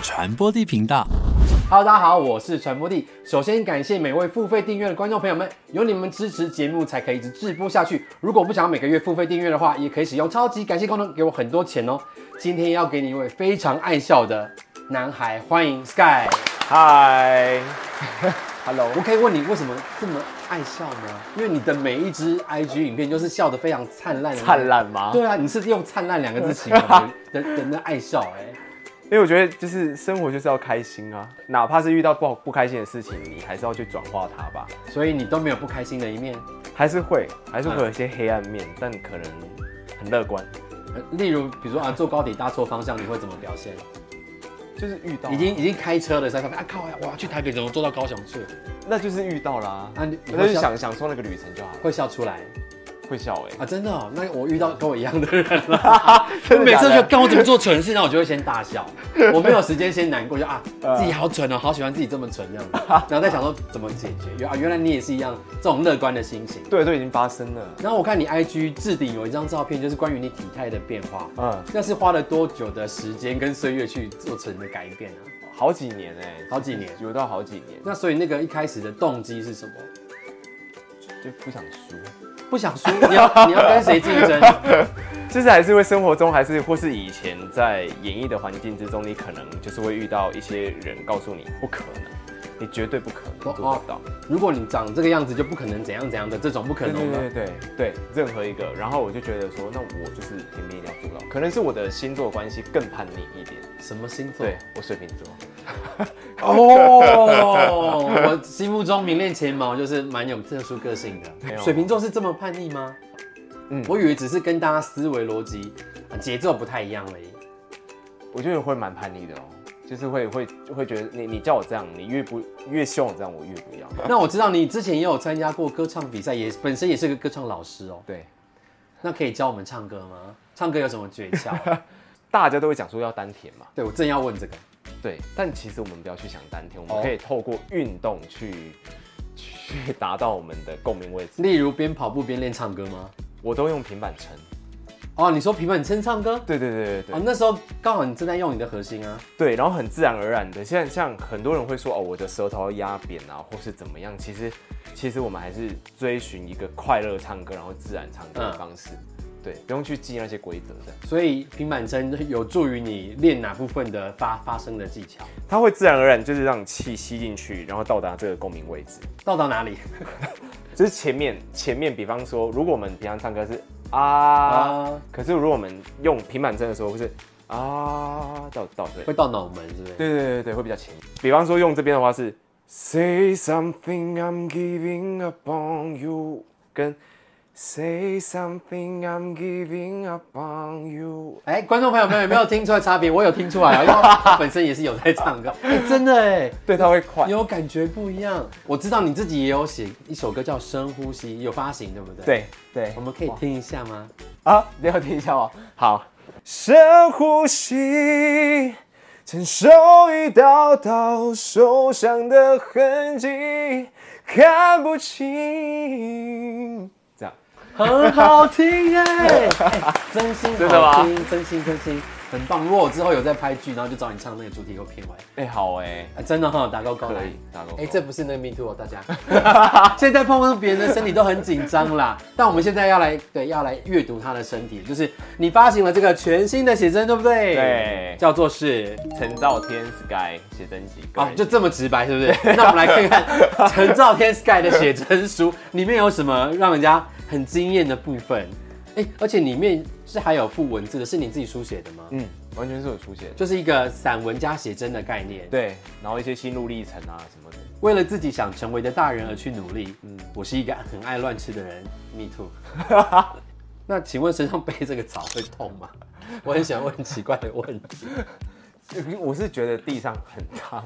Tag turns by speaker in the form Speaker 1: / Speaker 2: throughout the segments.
Speaker 1: 传播地频道。
Speaker 2: Hello，大家好，我是传播帝。首先感谢每位付费订阅的观众朋友们，有你们支持节目才可以一直直播下去。如果不想每个月付费订阅的话，也可以使用超级感谢功能给我很多钱哦。今天要给你一位非常爱笑的男孩，欢迎 Sky。
Speaker 3: 嗨，Hello，
Speaker 2: 我可以问你为什么这么爱笑吗？因为你的每一支 IG 影片就是笑得非常灿烂的。
Speaker 3: 灿。烂吗？
Speaker 2: 对啊，你是用灿烂两个字形 容人人人的爱笑哎、
Speaker 3: 因为我觉得就是生活就是要开心啊，哪怕是遇到不好不开心的事情，你还是要去转化它吧。
Speaker 2: 所以你都没有不开心的一面，
Speaker 3: 还是会，还是会有一些黑暗
Speaker 2: 嗯
Speaker 3: 面，但可能很乐观，
Speaker 2: 呃例如比如说啊坐高铁搭错方向，你会怎么表现？
Speaker 3: 就是遇到啊、
Speaker 2: 已经已经开车了，在上面啊靠呀，我要去台北，怎么坐到高雄去？
Speaker 3: 那就是遇到啦。
Speaker 2: 啊你你
Speaker 3: 我
Speaker 2: 会
Speaker 3: 就
Speaker 2: 笑
Speaker 3: 想享受那个旅程就好了。
Speaker 2: 会笑出来
Speaker 3: 会笑哎、
Speaker 2: 啊，真的、哦。那我遇到跟我一样的人 了，我
Speaker 3: 真的
Speaker 2: 每
Speaker 3: 假
Speaker 2: 次
Speaker 3: 的
Speaker 2: 就看我怎么做蠢事，那我就会先大 笑，我没有时间先难过，就啊
Speaker 3: 嗯
Speaker 2: 自己好蠢哦，好喜欢自己这么蠢这样子， 然后再想说怎么解决。原啊原来你也是一样这种乐观的心情。
Speaker 3: 对，都已经发生了。
Speaker 2: 然后我看你 IG 置顶有一张照片，就是关于你体态的变化，
Speaker 3: 嗯，
Speaker 2: 那是花了多久的时间跟岁月去做成的改变啊？
Speaker 3: 好几年哎、
Speaker 2: 好几年
Speaker 3: 有到好几年，
Speaker 2: 那所以那个一开始的动机是什么？
Speaker 3: 就不想输。
Speaker 2: 不想输，你要你 要跟谁竞争？
Speaker 3: 就是还是会生活中，还是或是以前在演艺的环境之中，你可能就是会遇到一些人告诉你不可能，你绝对不可能
Speaker 2: 哦
Speaker 3: 做得到。
Speaker 2: 如果你长这个样子，就不可能怎样怎样的这种不可
Speaker 3: 对
Speaker 2: 能
Speaker 3: 对
Speaker 2: 的。
Speaker 3: 对啊对对，任何一个。然后我就觉得说，那我就是偏偏一定要做到。可能是我的星座关系更叛逆一点。
Speaker 2: 什么星座
Speaker 3: 对？我水瓶座，
Speaker 2: 哦，我心目中名列前茅，就是蛮有特殊个性
Speaker 3: 没
Speaker 2: 的。
Speaker 3: 有
Speaker 2: 水瓶座是这么叛逆吗？嗯
Speaker 3: 嗯，
Speaker 2: 我以为只是跟大家思维逻辑、啊节奏不太一样而已。
Speaker 3: 我觉得会蛮叛逆的哦，就是会会会觉得你你叫我这样，你越不越希望我这样，我越不要。
Speaker 2: 那我知道你之前也有参加过歌唱比赛，也本身也是个歌唱老师哦。
Speaker 3: 对，
Speaker 2: 那可以教我们唱歌吗？唱歌有什么诀窍？
Speaker 3: 大家都会讲说要丹田嘛。
Speaker 2: 对我正要问这个。
Speaker 3: 对，但其实我们不要去想丹田，我
Speaker 2: 哦
Speaker 3: 们可以透过运动去去达到我们的共鸣位置。
Speaker 2: 例如边跑步边练唱歌吗？
Speaker 3: 我都用平板撑。
Speaker 2: 哦，你说平板撑唱歌？
Speaker 3: 对对对对对、
Speaker 2: 哦，那时候刚好你正在用你的核心啊。
Speaker 3: 对，然后很自然而然的。现在像很多人会说哦，我的舌头要压扁啊，或是怎么样。其实其实我们还是追寻一个快乐唱歌，然后自然唱歌的
Speaker 2: 嗯
Speaker 3: 方式。对，不用去记那些规则的，
Speaker 2: 所以平板撑有助于你练哪部分的发发声的技巧？
Speaker 3: 它会自然而然就是让你气吸进去，然后到达这个共鸣位置。
Speaker 2: 到达哪里？
Speaker 3: 就是前面前面，比方说，如果我们平常唱歌是啊，
Speaker 2: 啊
Speaker 3: 可是如果我们用平板针的时候，会是啊到到这里，
Speaker 2: 会到脑门是不是？
Speaker 3: 对对对对，会比较前面。比方说用这边的话是 Say something I'm giving up on you，跟 Say something I'm giving up on you。
Speaker 2: 哎，观众朋友们有没有听出来差别？我有听出来啊，因为 我本身也是有在唱歌，哎真的哎，
Speaker 3: 对，它会快
Speaker 2: 你。有感觉不一样。我知道你自己也有写一首歌叫《深呼吸》，有发行对不对？，
Speaker 3: 对对
Speaker 2: 我们可以听一下吗？
Speaker 3: 啊，你要听一下吗？好，深呼吸，承受一道道受伤的痕迹，看不清。这样，
Speaker 2: 很好听耶、哎 真心
Speaker 3: 真的
Speaker 2: 好
Speaker 3: 吗
Speaker 2: 听，真心真心很棒。如果我之后有在拍剧，然后就找你唱那个主题曲片尾，
Speaker 3: 哎、好哎、
Speaker 2: 啊、真的哈、打勾勾来
Speaker 3: 可以，打勾勾
Speaker 2: 哎、这不是那个 Me Too 哦，大家。 现在碰到别人的身体都很紧张啦， 但我们现在要来对要来阅读他的身体，就是你发行了这个全新的写真，对不对？
Speaker 3: 对
Speaker 2: 叫做是
Speaker 3: 陈兆天 Sky 写真集，
Speaker 2: 啊，就这么直白，是不 是？那我们来看看陈兆天 Sky 的写真书里面有什么让人家很惊艳的部分。哎、而且里面是还有附文字的，是你自己书写的吗？
Speaker 3: 嗯，完全是我出写的。
Speaker 2: 就是一个散文加写真的概念。
Speaker 3: 对，然后一些心路历程啊什么的。
Speaker 2: 为了自己想成为的大人而去努力。嗯，我是一个很爱乱吃的人，me too。那请问身上背这个草会痛 吗？我很喜欢问奇怪的问题。
Speaker 3: 我是觉得地上很烫，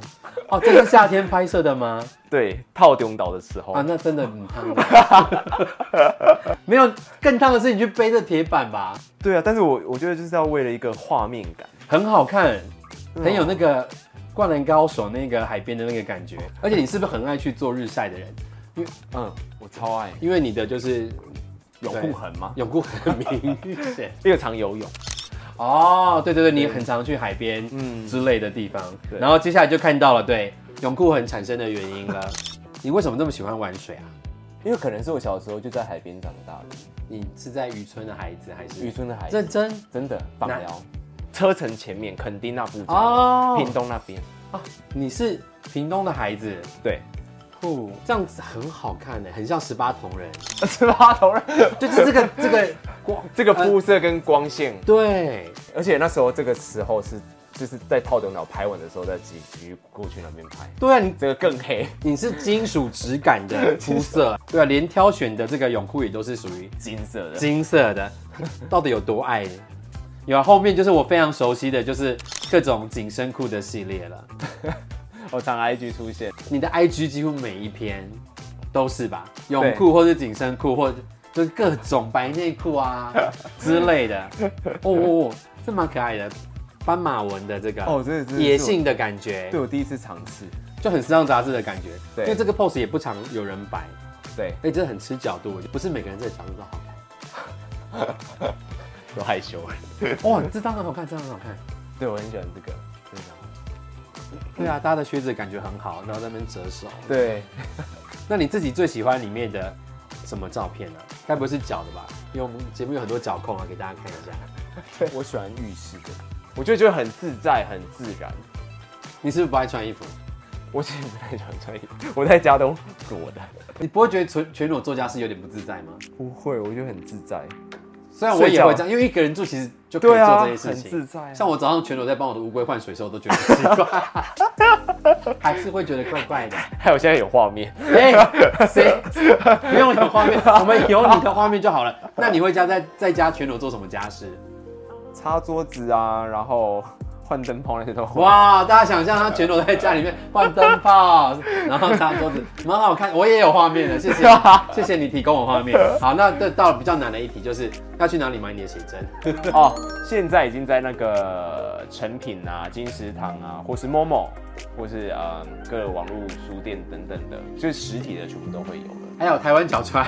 Speaker 2: 哦，这是夏天拍摄的吗？
Speaker 3: 对，套中岛的时候
Speaker 2: 啊，那真的很烫的。 没有更烫的是你去背着铁板吧，
Speaker 3: 对啊，但是我我觉得就是要为了一个画面感。
Speaker 2: 很好看，很有那个《灌篮高手》那个海边的那个感觉。而且你是不是很爱去做日晒的人？
Speaker 3: 嗯，我超爱
Speaker 2: 因为你的就是
Speaker 3: 泳
Speaker 2: 对哦
Speaker 3: 裤痕吗？
Speaker 2: 泳裤很明显。
Speaker 3: 因为常游泳。
Speaker 2: 哦，对对对，你很常去海边嗯之类的地方，然后接下来就看到了对泳裤很产生的原因 了。你为什么那么喜欢玩水啊？
Speaker 3: 因为可能是我小时候就在海边长大的，
Speaker 2: 你是在渔村的孩子还是
Speaker 3: 渔村的孩子
Speaker 2: 认真
Speaker 3: 真的放
Speaker 2: 哪
Speaker 3: 疗，车城前面垦丁那附近，
Speaker 2: 哦
Speaker 3: 屏东那边，
Speaker 2: 啊？你是屏东的孩子，
Speaker 3: 对，
Speaker 2: 酷，这样子很好看欸的，很像十八铜人，
Speaker 3: 十八头人，
Speaker 2: 就是这 个这个光
Speaker 3: 这个肤色跟光线，
Speaker 2: 对
Speaker 3: 而且那时候这个时候是就是在套灯岛拍完的时候，在几局过去那边拍，
Speaker 2: 对啊，你
Speaker 3: 这个更黑，
Speaker 2: 你是金属质感的肤色，对啊，连挑选的这个泳裤也都是属于
Speaker 3: 金色 的，
Speaker 2: 金色的，到底有多爱你？有啊，后面就是我非常熟悉的就是各种紧身裤的系列了。
Speaker 3: 我常 IG 出现，
Speaker 2: 你的 IG 几乎每一篇都是吧，泳裤或是紧身裤，或者就是各种白内裤 啊之类的。哦哦哦，这蛮可爱的，斑马纹的这个
Speaker 3: 哦这个真的是
Speaker 2: 野性的感觉
Speaker 3: 对，我第一次尝试，
Speaker 2: 就很时尚杂志的感觉。
Speaker 3: 对
Speaker 2: 因为这个 pose 也不常有人摆，
Speaker 3: 对，
Speaker 2: 哎，真的很吃角度，不是每个人这个角度都好 看。
Speaker 3: 都害羞了，
Speaker 2: 哇、哦这张很好看，这张很好看。
Speaker 3: 对我很喜欢这个，
Speaker 2: 对啊对啊，搭的靴子感觉很好，然后在那边折手。
Speaker 3: 对，
Speaker 2: 那你自己最喜欢里面的什么照片呢、该不会是脚的吧？因为我们节目有很多脚控啊，给大家看一下。
Speaker 3: 我喜欢浴室的，我就觉得很自在，很自然。
Speaker 2: 你是不是不爱穿衣服？
Speaker 3: 我其实不太喜欢穿衣服，我在家都裸的。
Speaker 2: 你不会觉得全全裸做家事有点不自在吗？
Speaker 3: 不会，我觉得很自在。
Speaker 2: 虽然我也
Speaker 3: 睡觉
Speaker 2: 会这样，因为一个人住其实就可以做这些事情。
Speaker 3: 很自在啊
Speaker 2: 像我早上全裸在帮我的乌龟换水的时候，我都觉得很奇怪， 还是会觉得怪怪的。
Speaker 3: 还有现在有画面，
Speaker 2: 哎、谁不用有画面，我们有你的画面就好了。那你会家在在家全裸做什么家事？
Speaker 3: 擦桌子啊，然后换灯泡那些都 哇，
Speaker 2: 哇！大家想象他全裸在家里面换灯泡，然后擦桌子，蛮好看。我也有画面了，谢谢， 谢谢你提供我画面。好，那这到了比较难的一题，就是要去哪里买你的写真？
Speaker 3: 哦，现在已经在那个成品啊、金石堂啊，或是 Momo，或是呃各个网络书店等等的，就是实体的全部都会有了。哎
Speaker 2: 还有台湾角川，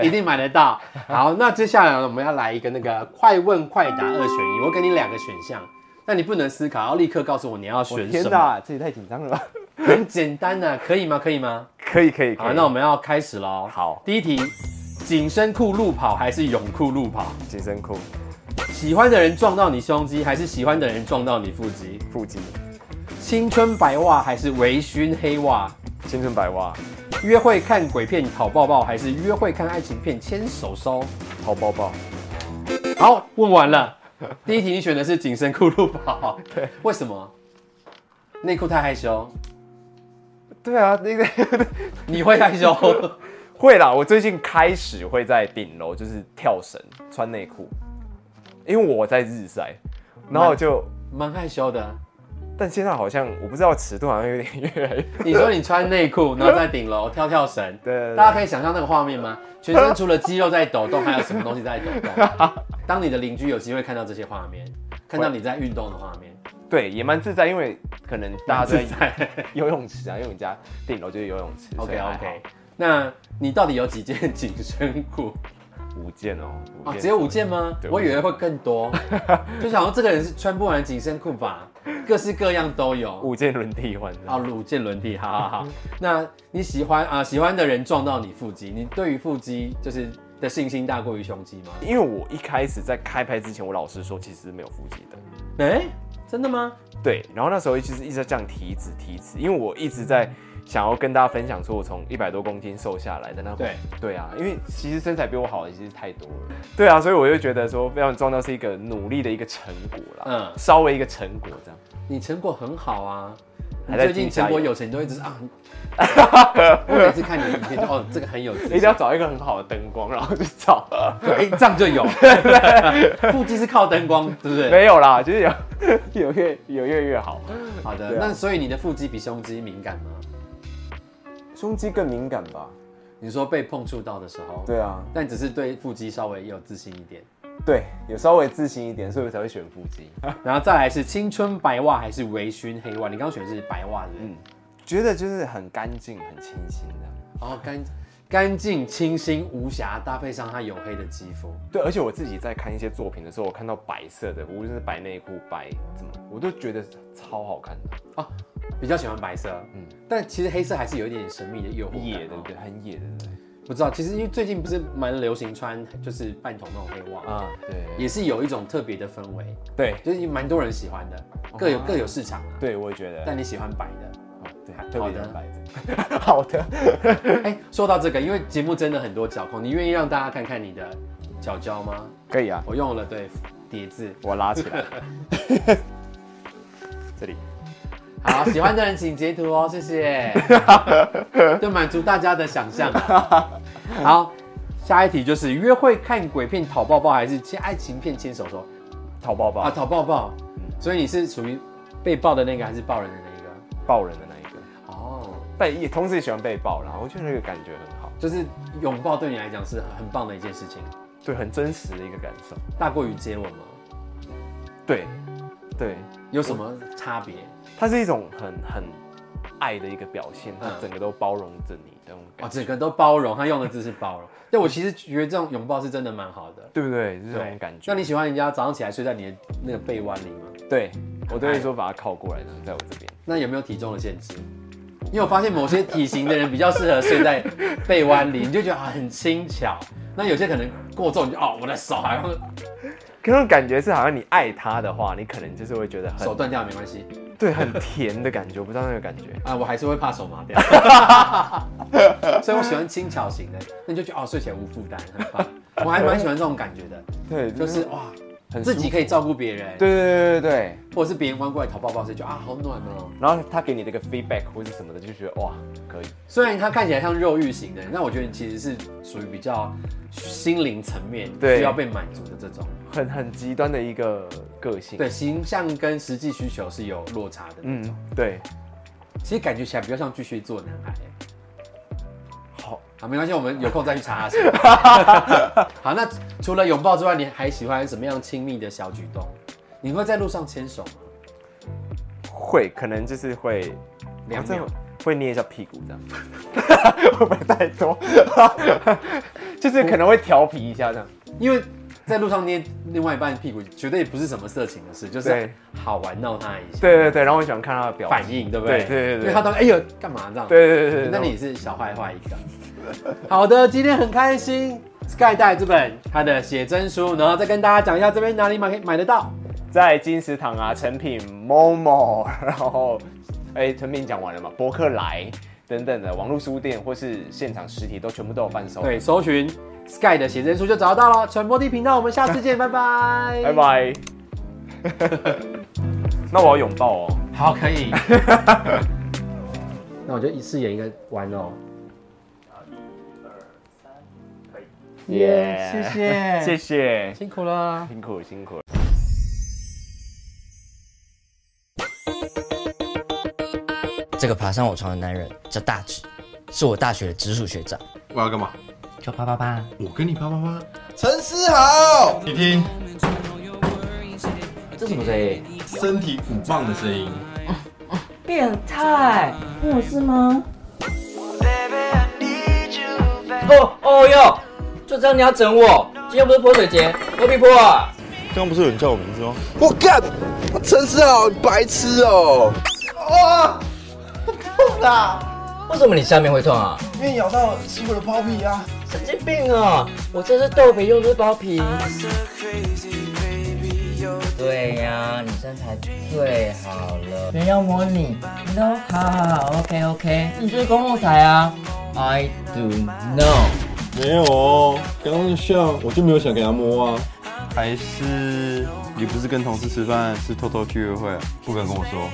Speaker 2: 一定买得到。好，那接下来呢我们要来一个那个快问快答二选一，我给你两个选项，那你不能思考，要立刻告诉我你要
Speaker 3: 我
Speaker 2: 选
Speaker 3: 天
Speaker 2: 什么。，
Speaker 3: 这也太紧张了吧！
Speaker 2: 很简单的、可以吗？可以吗？
Speaker 3: 可以可以可
Speaker 2: 好，
Speaker 3: 以，
Speaker 2: 那我们要开始喽。
Speaker 3: 好
Speaker 2: 第一题，紧身裤路跑还是泳裤路跑？
Speaker 3: 紧身裤、
Speaker 2: 喜欢的人撞到你胸肌，还是喜欢的人撞到你腹肌？
Speaker 3: 腹肌、
Speaker 2: 青春白袜还是微醺黑袜？
Speaker 3: 青春白袜、
Speaker 2: 约会看鬼片讨抱抱，还是约会看爱情片牵手收？
Speaker 3: 好包包，
Speaker 2: 好，问完了。第一题你选的是紧身裤路跑，
Speaker 3: 对，
Speaker 2: 为什么？内裤太害羞，
Speaker 3: 对啊，那个
Speaker 2: 你会害羞？
Speaker 3: 会啦，我最近开始会在顶楼就是跳绳，穿内裤，因为我在日晒，然后就，
Speaker 2: 蛮害羞的。
Speaker 3: 但现在好像我不知道尺度好像有点越 来越，
Speaker 2: 你说你穿内裤，然后在顶楼跳跳绳，
Speaker 3: 对对对
Speaker 2: 大家可以想象那个画面 吗？全身除了肌肉在抖动，还有什么东西在抖动？当你的邻居有机会看到这些画面，看到你在运动的画面，
Speaker 3: 对，也蛮自在，因为可能
Speaker 2: 大
Speaker 3: 大家都
Speaker 2: 自
Speaker 3: 在
Speaker 2: 在。
Speaker 3: 游泳池啊，因为我们家顶楼就是游泳池所
Speaker 2: OK
Speaker 3: 以还好
Speaker 2: OK，那你到底有几件紧身裤
Speaker 3: 五件哦，五
Speaker 2: 啊？
Speaker 3: 件
Speaker 2: 只有五件吗
Speaker 3: 对？
Speaker 2: 我以为会更 多，就想说这个人是穿不完的紧身裤吧，各式各样都有。
Speaker 3: 五件轮替换
Speaker 2: 啊，
Speaker 3: 的，
Speaker 2: 五件轮替，好好好。那你喜欢啊、喜欢的人撞到你腹肌，你对于腹肌就是的信心大过于胸肌吗？
Speaker 3: 因为我一开始在开拍之前，我老师说其实是没有腹肌的。
Speaker 2: 哎、真的吗？
Speaker 3: 对，然后那时候就是一直在这样提脂提脂，因为我一直在想要跟大家分享说，我从一百多公斤瘦下来的那
Speaker 2: 对
Speaker 3: 对啊，因为其实身材比我好的其实太多了，对啊，所以我就觉得说，让你撞到是一个努力的一个成果啦，
Speaker 2: 嗯
Speaker 3: 嗯，稍微一个成果这样，
Speaker 2: 你成果很好啊，你
Speaker 3: 还在
Speaker 2: 最近
Speaker 3: 进加
Speaker 2: 成
Speaker 3: 油
Speaker 2: 果有成，你都一直 啊。我每次看你的影片就哦，这个很有自
Speaker 3: 一定
Speaker 2: 信，
Speaker 3: 要找一个很好的灯光，然后去照，
Speaker 2: 哎、这样就有。腹肌是靠灯光，对不对？
Speaker 3: 没有啦，就是有 有越有越越好，
Speaker 2: 好的，
Speaker 3: 对啊
Speaker 2: 那所以你的腹肌比胸肌敏感吗？
Speaker 3: 胸肌更敏感吧？
Speaker 2: 你说被碰触到的时候，，
Speaker 3: 啊，
Speaker 2: 但只是对腹肌稍微有自信一点。
Speaker 3: 对，有稍微自信一点，所以我才会选腹肌。
Speaker 2: 然后再来是青春白袜还是微醺黑袜？你刚刚选的是白袜，对不对？
Speaker 3: 嗯觉得就是很干净、很清新的，
Speaker 2: 哦，干干净、清新、无瑕，搭配上它黝黑的肌肤，
Speaker 3: 对，而且我自己在看一些作品的时候，我看到白色的，无论是白内裤、白怎么，我都觉得超好看的，
Speaker 2: 比较喜欢白色。嗯
Speaker 3: 嗯，
Speaker 2: 但其实黑色还是有一点神秘的哦诱惑感、
Speaker 3: 野的，对不对？？很野的，对不
Speaker 2: 不知道，其实因为最近不是蛮流行穿就是半筒那种黑袜
Speaker 3: 对？
Speaker 2: 嘛，
Speaker 3: 啊，对，
Speaker 2: 也是有一种特别的氛围，
Speaker 3: 对，
Speaker 2: 就是蛮多人喜欢的，各有各有市场啊。
Speaker 3: 对，我也觉得，
Speaker 2: 但你喜欢白 的，
Speaker 3: 哦对，
Speaker 2: 好
Speaker 3: 特别喜
Speaker 2: 的
Speaker 3: 欢白的， 好的，
Speaker 2: 哎、说到这个，因为节目真的很多脚控，你愿意让大家看看你的脚胶吗？
Speaker 3: 可以啊，
Speaker 2: 我用了对叠字。
Speaker 3: 我拉起来， 这里，
Speaker 2: 好，喜欢的人请截图哦，谢谢。就满足大家的想象啊。好，下一题就是约会看鬼片讨抱抱，还是亲爱情片牵手手
Speaker 3: 淘宝
Speaker 2: 啊？
Speaker 3: 吧，
Speaker 2: 讨抱抱。
Speaker 3: 嗯
Speaker 2: 所以你是属于被抱的那个，还是抱人的那个？
Speaker 3: 抱人的那一个，
Speaker 2: 哦，
Speaker 3: 但也同时也喜欢被抱啦，我觉得那个感觉很好，
Speaker 2: 就是拥抱对你来讲是很棒的一件事情，
Speaker 3: 对，很真实的一个感受，
Speaker 2: 大过于接吻吗？
Speaker 3: 对，对，
Speaker 2: 有什么差别？
Speaker 3: 它是一种很很爱的一个表现，它
Speaker 2: 嗯
Speaker 3: 整个都包容着你的那种
Speaker 2: 哦，
Speaker 3: 感觉，
Speaker 2: 整个都包容，他用的字是包 容。但我其实觉得这种拥抱是真的蛮好的，
Speaker 3: 对不对？这种感觉
Speaker 2: 那，你喜欢人家早上起来睡在你的那个背弯里吗？
Speaker 3: 对我都会说把它靠过来，然后在我这边。
Speaker 2: 那有没有体重的限制？因为我发现某些体型的人比较适合睡在背弯里，你就觉得啊很轻巧。那有些可能过重，你就哦，我的手好像
Speaker 3: 可那种感觉是好像你爱他的话，你可能就是会觉得
Speaker 2: 手
Speaker 3: 很
Speaker 2: 断掉也没关系
Speaker 3: 对很甜的感觉，我不知道那个感觉。
Speaker 2: 啊，我还是会怕手麻掉， 所以我喜欢轻巧型的，那你就觉得哦睡起来无负担，很棒。我还蛮喜欢这种感觉的，
Speaker 3: 对，
Speaker 2: 就是哇，
Speaker 3: 很
Speaker 2: 自己可以照顾别人，
Speaker 3: 对对对对对。
Speaker 2: 或者是别人弯过来讨抱抱，所以就啊好暖哦。
Speaker 3: 然后他给你的一个 feedback 或是什么的，就觉得哇可以。
Speaker 2: 虽然他看起来像肉欲型的人，那我觉得你其实是属于比较心灵层面
Speaker 3: 对
Speaker 2: 需要被满足的这种。
Speaker 3: 很很极端的一个个性。，
Speaker 2: 对，形象跟实际需求是有落差的。嗯，
Speaker 3: 嗯，对，
Speaker 2: 其实感觉起来比较像巨蟹座男孩。
Speaker 3: 好，
Speaker 2: 好，没关系，我们有空再去 查查啊是。 好，那除了拥抱之外，你还喜欢什么样亲密的小举动？你会在路上牵手吗？
Speaker 3: 会可能就是会
Speaker 2: 两秒，
Speaker 3: 会捏一下屁股这样， 会不会太多？ 就是可能会调皮一下这样。
Speaker 2: 因为在路上捏另外一半屁股，绝对不是什么色情的事，就是
Speaker 3: 对
Speaker 2: 好玩闹他一下，
Speaker 3: 对对对，然后我喜欢看他的表
Speaker 2: 反
Speaker 3: 情。
Speaker 2: 应，对不对？
Speaker 3: 对对对对
Speaker 2: 因为他当哎呦干嘛这样？哎
Speaker 3: 对对对对对，
Speaker 2: 那你是小坏坏一个。好的，今天很开心，Sky 带这本他的写真书，然后再跟大家讲一下这边哪里买可以买得到。
Speaker 3: 在金石堂啊，成品 Momo，然 后哎，成品讲完了嘛，博客来等等的网络书店或是现场实体都全部都有贩
Speaker 2: 哦
Speaker 3: 售。，
Speaker 2: 对，搜寻 Sky 的写真书就找得到了。传播地频道，我们下次见，拜拜。
Speaker 3: 拜。拜。 那我要拥抱哦。
Speaker 2: 好，可以。那我就一次演一个玩哦。耶
Speaker 3: Yeah
Speaker 2: 谢谢，
Speaker 3: 谢谢，
Speaker 2: 辛苦了。
Speaker 3: 辛苦辛苦。
Speaker 1: 这个爬上我床的男人叫大直，是我大学的直属学长，
Speaker 4: 我要干嘛？
Speaker 1: 叫啪啪啪。
Speaker 4: 我跟你啪啪啪。
Speaker 5: 陈思豪，
Speaker 4: 你听
Speaker 1: 这什么声音？
Speaker 4: 身体鼓棒的声音。
Speaker 6: 变态，我是吗？
Speaker 1: 哦哦哟，就这样你要整我？今天不是泼水节，何必泼啊？
Speaker 5: 我干，陈思豪，你白痴哦、
Speaker 1: 哦为什么你下面会痛啊？
Speaker 5: 因为咬到媳妇的包皮啊！
Speaker 1: 神经病啊！我这是豆皮又不是包皮。对呀、你身材最好了，谁要摸你？你都好好好，OK OK，你就是公共财啊。I do know。
Speaker 4: 没有哦，刚刚那像我就没有想给他摸啊。还是你不是跟同事吃饭，是偷偷去约会、啊？不敢跟我说。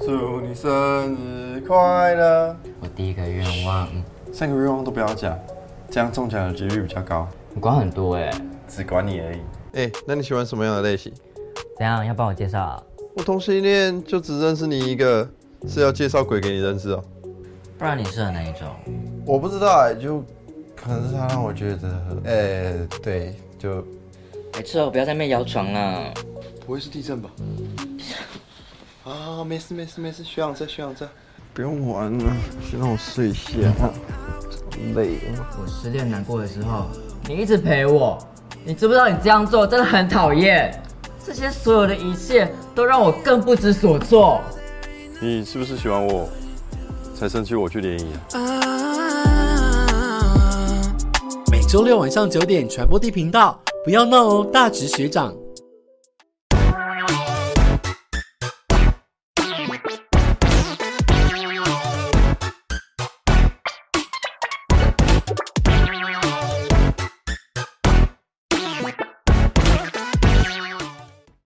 Speaker 4: 祝你生日快乐！
Speaker 1: 我第一个愿望，
Speaker 4: 三个愿望都不要讲，这样中奖的几率比较高。
Speaker 1: 你管很多哎、
Speaker 4: 只管你而已。
Speaker 7: 哎、那你喜欢什么样的类型？
Speaker 1: 怎样？要帮我介绍、啊？
Speaker 7: 我同性恋就只认识你一个，是要介绍鬼给你认识哦。
Speaker 1: 不然你适合哪一种？
Speaker 4: 我不知道哎、就可能是他让我觉得，呃、对，就
Speaker 1: 没事哦，不要在那边摇床了。
Speaker 4: 不会是地震吧？啊，没事没事没事，学长在，学长在。
Speaker 7: 不用玩了，先让我睡一下，累了。
Speaker 1: 我失恋难过的时候，你一直陪我，你知不知道你这样做真的很讨厌？这些所有的一切都让我更不知所措。
Speaker 4: 你是不是喜欢我，才生气我去联谊啊？
Speaker 2: 每周六晚上九点，传播地频道，不要闹哦，大直学长。